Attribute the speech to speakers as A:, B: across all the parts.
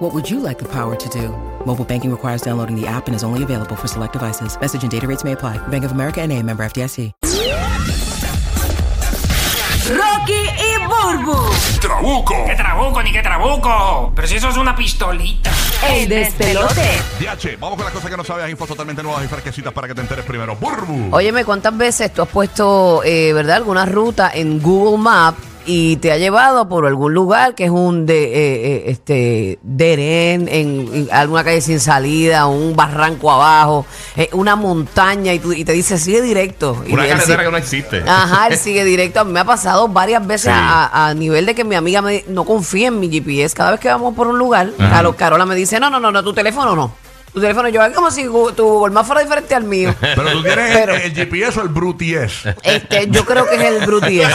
A: What would you like the power to do? Mobile banking requires downloading the app and is only available for select devices. Message and data rates may apply. Bank of America and a member FDIC.
B: Rocky y Burbu.
C: Trabuco.
D: ¡Qué trabuco, ni qué trabuco! Pero si eso es una pistolita.
B: El despelote.
C: DH, vamos con las cosas que no sabes, infos totalmente nuevas y fresquecitas para que te enteres primero. Burbu.
E: Óyeme, ¿cuántas veces tú has puesto, eh, verdad, alguna ruta en Google Maps y te ha llevado por algún lugar que es un de, eh, eh, este, deren, en, en alguna calle sin salida, un barranco abajo, eh, una montaña y, tú- y te dice sigue directo? Y
F: Una
E: él
F: carretera
E: sigue-
F: que no existe.
E: Ajá, él sigue directo. A mí me ha pasado varias veces a, a nivel de que mi amiga me- no confía en mi GPS. Cada vez que vamos por un lugar,
F: Ajá.
E: a los Carola me dice, no, no, no, no, tu teléfono no. Tu teléfono, yo, es como si Gu- tu Google Maps fuera diferente al mío.
C: Pero tú tienes el-
E: Pero-
C: el, GPS o el Bruties.
E: Este, yo creo que es el bruties.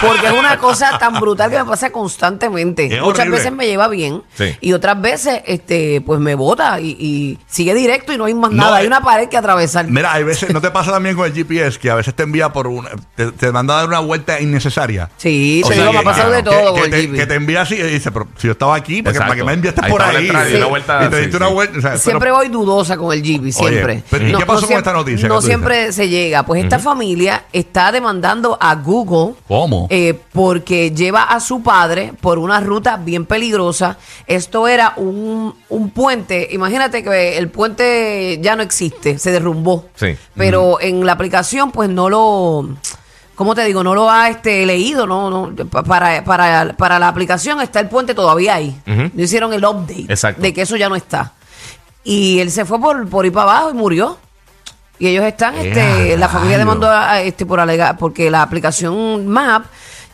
E: Porque es una cosa tan brutal que me pasa constantemente.
C: Es
E: Muchas
C: horrible.
E: veces me lleva bien.
F: Sí.
E: Y otras veces, este, pues me bota y, y sigue directo y no hay más
C: No,
E: nada. Hay
C: eh,
E: una pared que atravesar.
C: Mira, hay veces, ¿no te pasa también con el GPS que a veces te envía por una. te, te manda a dar una vuelta innecesaria?
E: Sí,
C: O
E: te
C: sea,
E: digo, me
C: que-
E: ha pasado de
C: que-
E: todo
C: que,
E: con el
C: te,
E: Jeep.
C: que te envía así y dice, pero si yo estaba aquí, ¿para, que,
F: Exacto.
C: para que me enviaste
F: Ahí
C: por
F: estaba la
C: ahí?
F: entrada
E: y una
F: vuelta,
C: y te
F: sí,
C: diste una
F: sí.
C: vuelta. o sea, tú
E: Siempre
C: no-
E: voy dudosa con el Jeep y siempre.
C: pero ¿y qué pasó con
E: siem-
C: esta noticia que
E: No
C: tú
E: siempre se llega. Pues esta familia está demandando a Google.
C: ¿Cómo?
E: eh, porque lleva a su padre por una ruta bien peligrosa. Esto era un, un puente. Imagínate que el puente ya no existe, se derrumbó.
F: Sí.
E: Pero en la aplicación, pues no lo. ¿Cómo te digo? No lo ha este, leído, no, no. pa- Para, para, para la aplicación está el puente todavía ahí.
F: Ujú.
E: No hicieron el update
F: Exacto.
E: de que eso ya no está. Y él se fue por, por ir para abajo y murió. Y ellos están,
C: ¡Eh,
E: este,
C: a
E: la familia
C: rayos!
E: demandó a- a este por alegar, porque la aplicación Map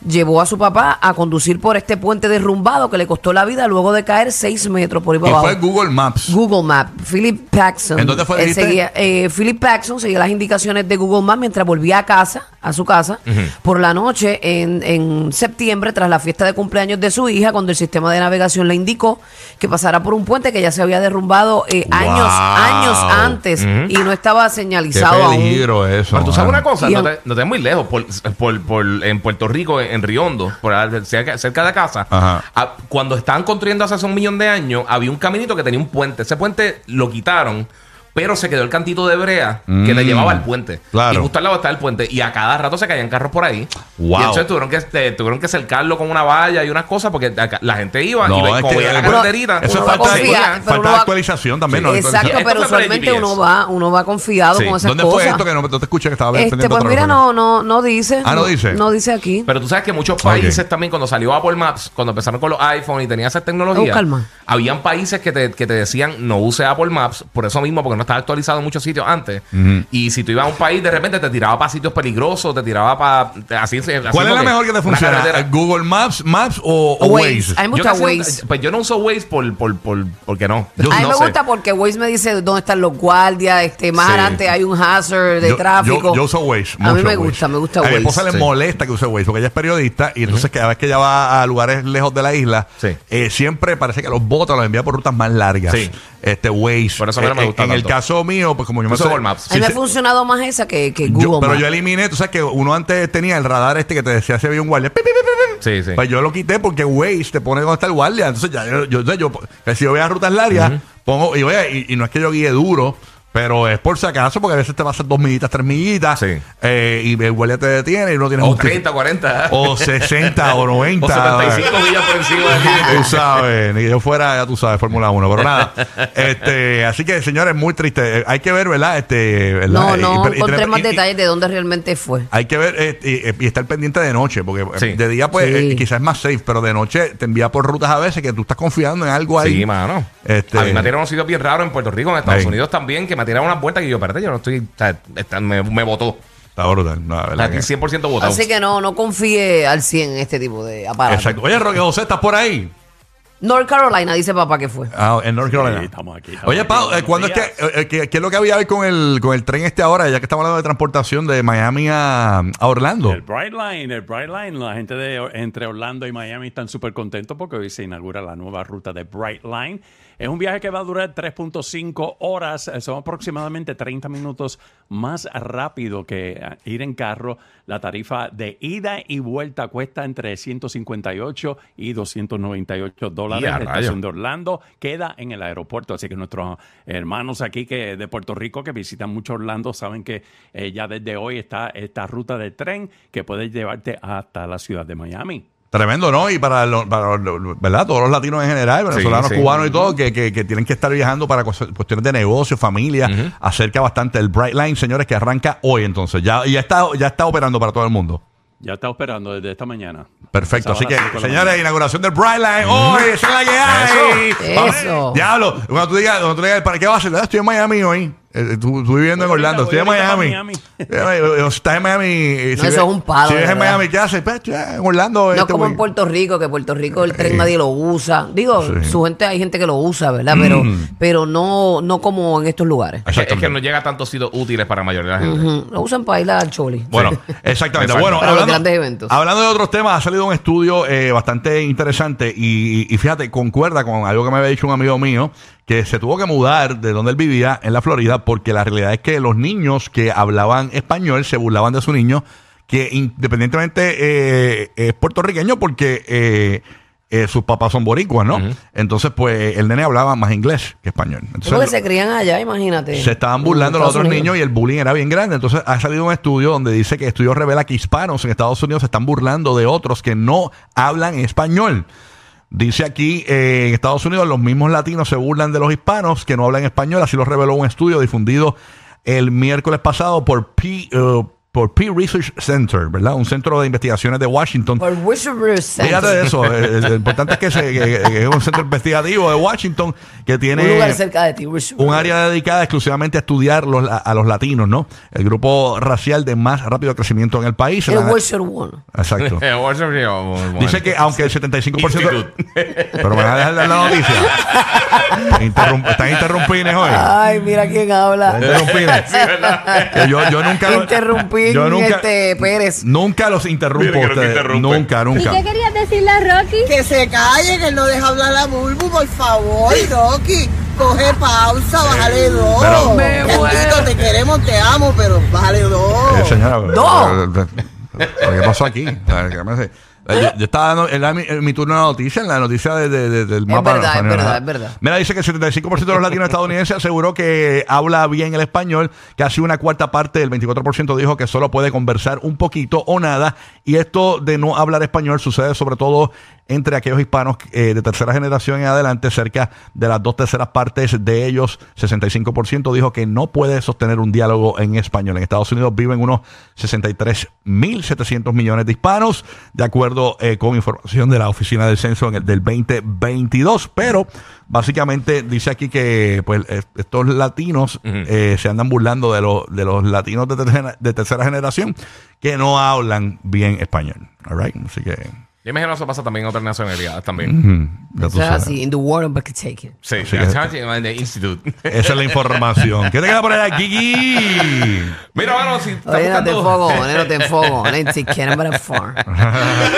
E: llevó a su papá a conducir por este puente derrumbado que le costó la vida luego de caer seis metros por ir
C: Y
E: para
C: fue
E: abajo.
C: Google Maps.
E: Google Map, Philip Paxson.
C: ¿En dónde fue,
E: Él
C: dijiste?
E: seguía- eh, Philip Paxson seguía las indicaciones de Google Maps mientras volvía a casa, a su casa, por la noche en, en septiembre, tras la fiesta de cumpleaños de su hija, cuando el sistema de navegación le indicó que pasara por un puente que ya se había derrumbado eh, años, años antes y no estaba
C: Qué
E: señalizado aún.
C: peligro eso.
F: Pero tú sabes
C: mano.
F: una cosa,
E: Y
F: no
E: aun-
F: te, no te es muy lejos, por, por- por- en Puerto Rico, en, en Riondo, por al- cerca, cerca de casa,
C: Ajá.
F: a- cuando estaban construyendo hace un millón de años, había un caminito que tenía un puente. Ese puente lo quitaron, pero se quedó el cantito de brea que le
C: Mm.
F: llevaba al puente.
C: Claro.
F: Y justo al lado estaba el puente. Y a cada rato se caían carros por ahí.
C: Wow.
F: Y entonces tuvieron que, este, tuvieron que cercarlo con una valla y unas cosas, porque acá- la gente iba y
C: No,
F: ve-
C: es
F: como
C: que-
F: veía la
C: pero-
F: carreterita,
C: eso
F: uno
C: es
F: la
C: falta, de-
F: cogía.
E: confía, pero
C: falta
E: uno
C: de
E: va-
C: actualización también. ¿no?
E: Exacto, pero
F: Esto fue para el
E: usualmente
F: GPS.
E: uno va, uno va confiado
F: Sí.
E: con esas
C: ¿Dónde
E: cosas.
C: fue esto que no, no te escuché que estaba
E: este,
C: defendiendo
E: pues
C: otra
E: mira,
C: cosa?
E: no, no, no dice.
C: Ah, no dice.
E: No dice aquí.
F: Pero tú sabes que muchos
C: Ok.
F: países también, cuando salió Apple Maps, cuando empezaron con los iPhone y tenía esa tecnología,
E: Oh, calma.
F: habían países que te, que te decían no use Apple Maps por eso mismo, porque no estaba actualizado en muchos sitios antes. Y si tú ibas a un país, de repente te tiraba para sitios peligrosos, te tiraba para. Así, así
C: ¿Cuál es
F: como
C: la mejor que te
F: una
C: funciona?
F: carretera.
C: ¿Google Maps, Maps o, o
E: Waze.
C: Waze?
E: Hay
F: Yo
E: muchas
F: casi no-
E: Waze.
F: pues yo no uso Waze por, por, por, porque no. Yo
E: a mí
F: no
E: me
F: sé.
E: gusta porque Waze me dice dónde están los guardias, este, más
C: Sí.
E: adelante hay un hazard de
C: Yo-
E: tráfico.
C: Yo, yo uso Waze. pues,
E: A mí
C: mucho
E: me gusta, me gusta
C: A mi
E: Waze.
C: esposa le
F: Sí.
C: molesta que use Waze porque ella es periodista y entonces cada vez que ella va a lugares lejos de la isla,
F: Sí.
C: eh, siempre parece que los botas los envía por rutas más largas.
F: Sí.
C: Este Waze.
F: Por eso a mí no me
C: Eh,
F: gusta
C: En el
F: tanto.
C: caso mío, pues como yo me
F: Uso
C: sé-
F: Google Maps.
E: a mí
C: Sí,
E: me
C: sí.
E: ha funcionado más esa que, que
C: Yo-
E: Google
C: pero
E: Maps.
C: yo eliminé, tú sabes que uno antes tenía el radar este que te decía si había un guardia. Pi, pi, pi, pi, pi.
F: Sí, sí.
C: Pues yo lo quité porque Waze te pone dónde está el guardia. Entonces ya yo, yo, yo- que si yo voy a rutas largas, pongo, y, oye, y, y no es que yo guíe duro, pero es por si acaso, porque a veces te vas a hacer dos millitas, tres millitas,
F: Sí.
C: eh, y el guardia te detiene y no tienes
F: O
C: justicia.
F: 30, 40.
C: o 60 o 90.
F: o 75 millas por encima del límite.
C: Tú sabes, ni que yo fuera, ya tú sabes, Fórmula 1, pero nada. este, así que, señores, muy triste. Eh, Hay que ver, ¿verdad? Este, ¿verdad?
E: no,
C: Y-
E: no,
C: pero- y
E: encontré
C: tener-
E: más
C: y- y-
E: detalles de dónde realmente fue.
C: hay que ver eh, y, eh, y estar pendiente de noche, porque eh,
F: Sí.
C: de día pues
E: Sí.
C: eh, quizás es más safe, pero de noche te envía por rutas a veces que tú estás confiando en algo ahí.
F: Sí, mano.
C: Este-
F: A mí me tiraron unos sitios bien raros en Puerto Rico, en Estados
C: Ahí.
F: Unidos también, que me tiraron unas vueltas que yo, perdí, yo no estoy. o sea, esta- me, me votó.
C: Está brutal. Ah, No, la verdad
F: Aquí
C: que-
F: 100% votado.
E: Así que no, no confíe al 100 en este tipo de aparatos.
C: Exacto. Oye, Roque José, ¿estás por ahí?
E: North Carolina, dice papá que fue.
C: Ah, en North Carolina.
G: estamos aquí.
C: Oye, Pau, eh, ¿cuándo es que, eh, qué, qué es lo que había hoy con el, con el tren este ahora? Ya que estamos hablando de transportación de Miami a, a Orlando.
G: El Bright Line, el Bright Line, la gente de entre Orlando y Miami están súper contentos porque hoy se inaugura la nueva ruta de Bright Line. Es un viaje que va a durar 3.5 horas, eh, son aproximadamente 30 minutos más rápido que eh, ir en carro. La tarifa de ida y vuelta cuesta entre 158 y 298
F: Y a
G: dólares. La
F: rayos.
G: estación de Orlando queda en el aeropuerto. Así que nuestros hermanos aquí que de Puerto Rico que visitan mucho Orlando saben que eh, ya desde hoy está esta ruta de tren que puede llevarte hasta la ciudad de Miami.
C: Tremendo, ¿no? Y para, lo- para lo- ¿verdad? todos los latinos en general, venezolanos,
F: sí.
C: cubanos y todo, que, que- que tienen que estar viajando para cos- cuestiones de negocio, familia, acerca bastante el Bright Line, señores, que arranca hoy entonces. Ya, ya, está, ya está operando para todo el mundo.
G: Ya está esperando desde esta mañana.
C: Perfecto, así
G: Sábado
C: que
G: a las cinco de la
C: señores, inauguración del Bright Line hoy, esa es la que hay.
E: Eso.
C: Vamos,
E: Eso.
C: Diablo, cuando tú digas, cuando tú digas, ¿para qué vas a hacer? Ah, Estoy en Miami hoy. Eh, Estuve estuve viviendo en
G: Voy
C: Orlando, estoy
G: ahorita,
C: en
G: voy ahorita
C: Miami.
G: para
C: Eh, eh, Estás en Miami. eh,
E: No, eso
C: ves-
E: es un palo,
C: Si
E: de
C: vives en
E: verdad.
C: Miami, ¿qué haces? Pues, ya, en Orlando.
E: No
C: este
E: como en
C: güey.
E: Puerto Rico, que Puerto Rico el tren
C: Eh.
E: nadie lo usa. Digo,
C: Sí. Mm.
E: su gente, hay gente que lo usa, ¿verdad? Pero, pero no, no como en estos lugares.
F: Es que, es
C: Exactamente.
F: que no llega a tantos sitios útiles para la mayoría de la gente.
E: Ujú, Lo usan para ir al choli.
C: Bueno,
F: Exacto.
C: exactamente.
F: Para
C: Bueno,
E: los grandes eventos.
C: hablando de otros temas, ha salido un estudio eh, bastante interesante y, y fíjate, concuerda con algo que me había dicho un amigo mío, que se tuvo que mudar de donde él vivía en la Florida porque la realidad es que los niños que hablaban español se burlaban de su niño, que independientemente eh, es puertorriqueño porque... eh, eh, sus papás son boricuas, ¿no? Entonces, pues, el nene hablaba más inglés que español. Entonces,
E: Porque
C: lo-
E: se crían allá, imagínate.
C: se estaban burlando
E: En
C: los otros
E: Estados Unidos.
C: niños y el bullying era bien grande. Entonces ha salido un estudio donde dice que estudio revela que hispanos en Estados Unidos se están burlando de otros que no hablan español. Dice aquí, eh, en Estados Unidos los mismos latinos se burlan de los hispanos que no hablan español. Así lo reveló un estudio difundido el miércoles pasado por P, eh, por P Research Center, ¿verdad? Un centro de investigaciones de Washington.
E: Por Whistleblower Center.
C: Fíjate de eso. eh, eh, lo importante es que, se- que- que es un centro investigativo de Washington que tiene
E: Un lugar cerca de ti, Whistleblower.
C: un área dedicada exclusivamente a estudiar los- a los latinos, ¿no? El grupo racial de más rápido crecimiento en el país.
E: El
C: La-
E: Whistleblower One.
C: Exacto.
F: Eh, what's up, yo? Bueno.
C: Dice que aunque el 75%... Pero me van a dejar dar la noticia. Interrum- están interrumpines hoy.
E: Ay, mira quién habla.
C: Interrumpines. Que yo, yo nunca...
E: Interrumpir,
C: yo nunca,
E: este, Pérez.
C: Nunca los interrumpo.
F: Mira que los
C: ustedes.
F: interrumpen.
C: Nunca, nunca.
H: ¿Y qué querías decirle a Rocky?
I: Que se calle, que no deja hablar a Bulbu, por favor, Rocky. Coge pausa, bájale dos.
C: Pero-
E: Me muero.
I: Bendito, te queremos, te amo, pero bájale dos.
C: Eh, señora,
E: No.
C: eh, eh, eh, ¿qué pasó aquí? O sea, que me hace- Eh, Yo, yo estaba dando en, la- en mi turno de la noticia, en la noticia de- de- de- del mapa.
E: verdad, es
C: español,
E: verdad,
C: ajá.
E: es verdad.
C: Mira, dice que el 75% de los latinos estadounidenses aseguró que habla bien el español, casi una cuarta parte del 24% dijo que solo puede conversar un poquito o nada. Y esto de no hablar español sucede sobre todo entre aquellos hispanos eh, de tercera generación en adelante, cerca de las dos terceras partes de ellos, 65% dijo que no puede sostener un diálogo en español. En Estados Unidos viven unos 63.700 millones de hispanos, de acuerdo eh, con información de la Oficina del Censo en el, del 2022. Pero básicamente dice aquí que pues, eh, estos latinos eh, se andan burlando de, los de los latinos de tercera, de tercera generación que no hablan bien español. All right? Así que...
F: Yo imagino eso pasa también en otras nacionalidades también.
C: mm, ya
E: O
C: tú
E: sea,
C: sabes.
E: así, in the world, but could take it.
F: Sí,
C: Sí,
F: la
C: que-
F: Church and the Institute.
C: Esa es la información. ¿Qué te queda poner aquí, Gigi?
F: Mira, mano, si estás
E: Oye, no te
F: buscando-
E: enfogo, oye, no te enfogo. oye, si quieren, but I'm far.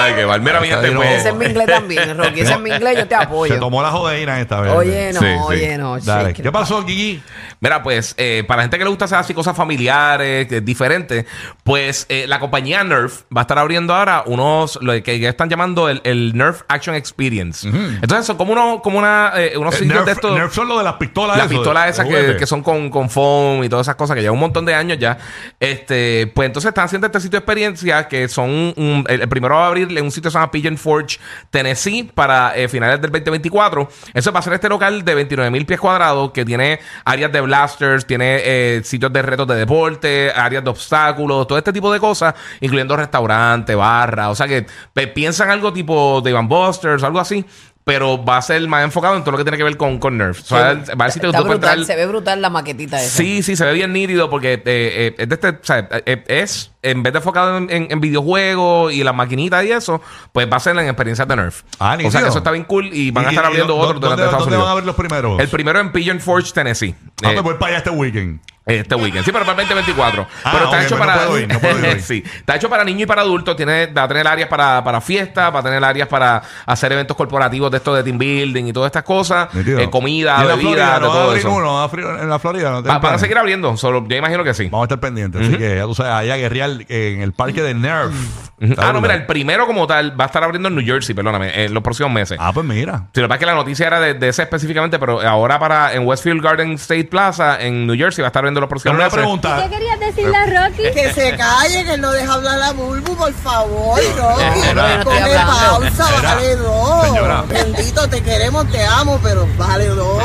F: Ay, qué mal. Mira, mi gente,
C: Está bien,
F: pues,
E: Ese es mi inglés también, Rocky. Ese es mi inglés, yo te
C: Se
E: apoyo.
C: tomó la jodeína esta vez.
E: Oye, no,
F: Sí, sí.
E: oye, no.
C: Dale.
E: shake it.
C: ¿Qué pasó, Gigi?
F: Mira, pues, eh, para la gente que le gusta hacer así cosas familiares, que es diferente, pues eh, la compañía Nerf va a estar abriendo ahora unos, lo que ya están llamando el, el Nerf Action Experience. Entonces, son como, unos como una, eh, unos
C: Eh,
F: sitios de
C: Nerf,
F: estos.
C: Nerf son lo de las pistolas.
F: Las
C: eso, de-
F: pistolas
C: de
F: esas que,
C: juguete.
F: que son con, con foam y todas esas cosas que llevan un montón de años ya. Este, pues entonces están haciendo este sitio de experiencia que son un- un- el, el primero va a abrir en un sitio que se llama Pigeon Forge, Tennessee, para eh, finales del 2024. Eso va a ser este local de 29 mil pies cuadrados que tiene áreas de blasters, tiene eh, sitios de retos de deporte, áreas de obstáculos, todo este tipo de cosas, incluyendo restaurantes, barras. O sea que pe- piensan algo tipo de Van Busters, algo así. Pero va a ser más enfocado en todo lo que tiene que ver con, con Nerf. O sea, va a ser sitio que
E: Está
F: tú puedes
E: brutal,
F: entrar-
E: Se ve brutal la maquetita esa.
F: Sí, sí, se ve bien nítido porque eh, eh, es de este, o sea, eh, eh, es en vez de enfocado en, en- en videojuegos y las maquinitas y eso, pues va a ser en experiencias de Nerf.
C: Ah,
F: o sea
C: nítido.
F: que eso está bien cool y van a
C: ¿Y-
F: estar
C: y-
F: abriendo
C: y-
F: otros
C: dónde-
F: durante Estados
C: dónde van
F: Unidos.
C: a abrir los primeros?
F: El primero en Pigeon Forge, Tennessee.
C: Ah,
F: Eh,
C: me voy para allá este weekend.
F: este weekend. Sí, pero para el 2024.
C: Ah,
F: pero está
C: ok,
F: hecho
C: pero no
F: para.
C: puedo ir, no puedo ir hoy.
F: sí. Está hecho para niños y para adultos. Tiene, va a tener áreas para, para fiestas, va a tener áreas para hacer eventos corporativos de esto de team building y todas estas cosas.
C: Nítido.
F: Eh, comida,
C: Y en la Florida,
F: bebida,
C: no
F: de
C: van a
F: todo
C: abrir
F: eso.
C: uno, van a abrir- en la Florida. ¿no?
F: Va- van a
C: Planes.
F: seguir abriendo, solo, yo imagino que sí.
C: Vamos a estar pendientes. Así que, ya tú sabes, ahí a guerrear en el parque de Nerf.
F: Ujú.
C: Está
F: Ah, no,
C: brutal.
F: mira, el primero como tal va a estar abriendo en New Jersey, perdóname, en los próximos meses.
C: Ah, pues mira.
F: Si lo que pasa es que la noticia era de, de ese específicamente, pero ahora para en Westfield Garden State Plaza, en New Jersey, va a estar abriendo
C: Pero
F: los próximos
C: una
F: meses.
C: pregunta.
H: ¿Qué querías decirle a Rocky?
I: Que se calle, que él no deja hablar a Bulbu, por favor,
C: no, no, no
I: Rocky.
E: estoy
I: Coge
E: hablando.
I: pausa, bájale
C: Señora.
I: dos. Bendito, te queremos, te amo, pero bájale dos.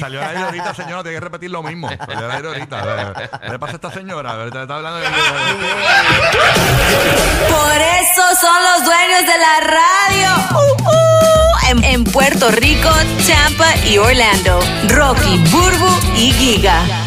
C: Salió al aire ahorita, señora, tiene que repetir lo mismo. Salió al aire ahorita. ¿Qué le pasa a esta señora? Ahorita Está hablando de...
B: Por eso son los dueños de la radio. Uh, uh. En, en Puerto Rico, Tampa y Orlando. Rocky, Burbu y Giga.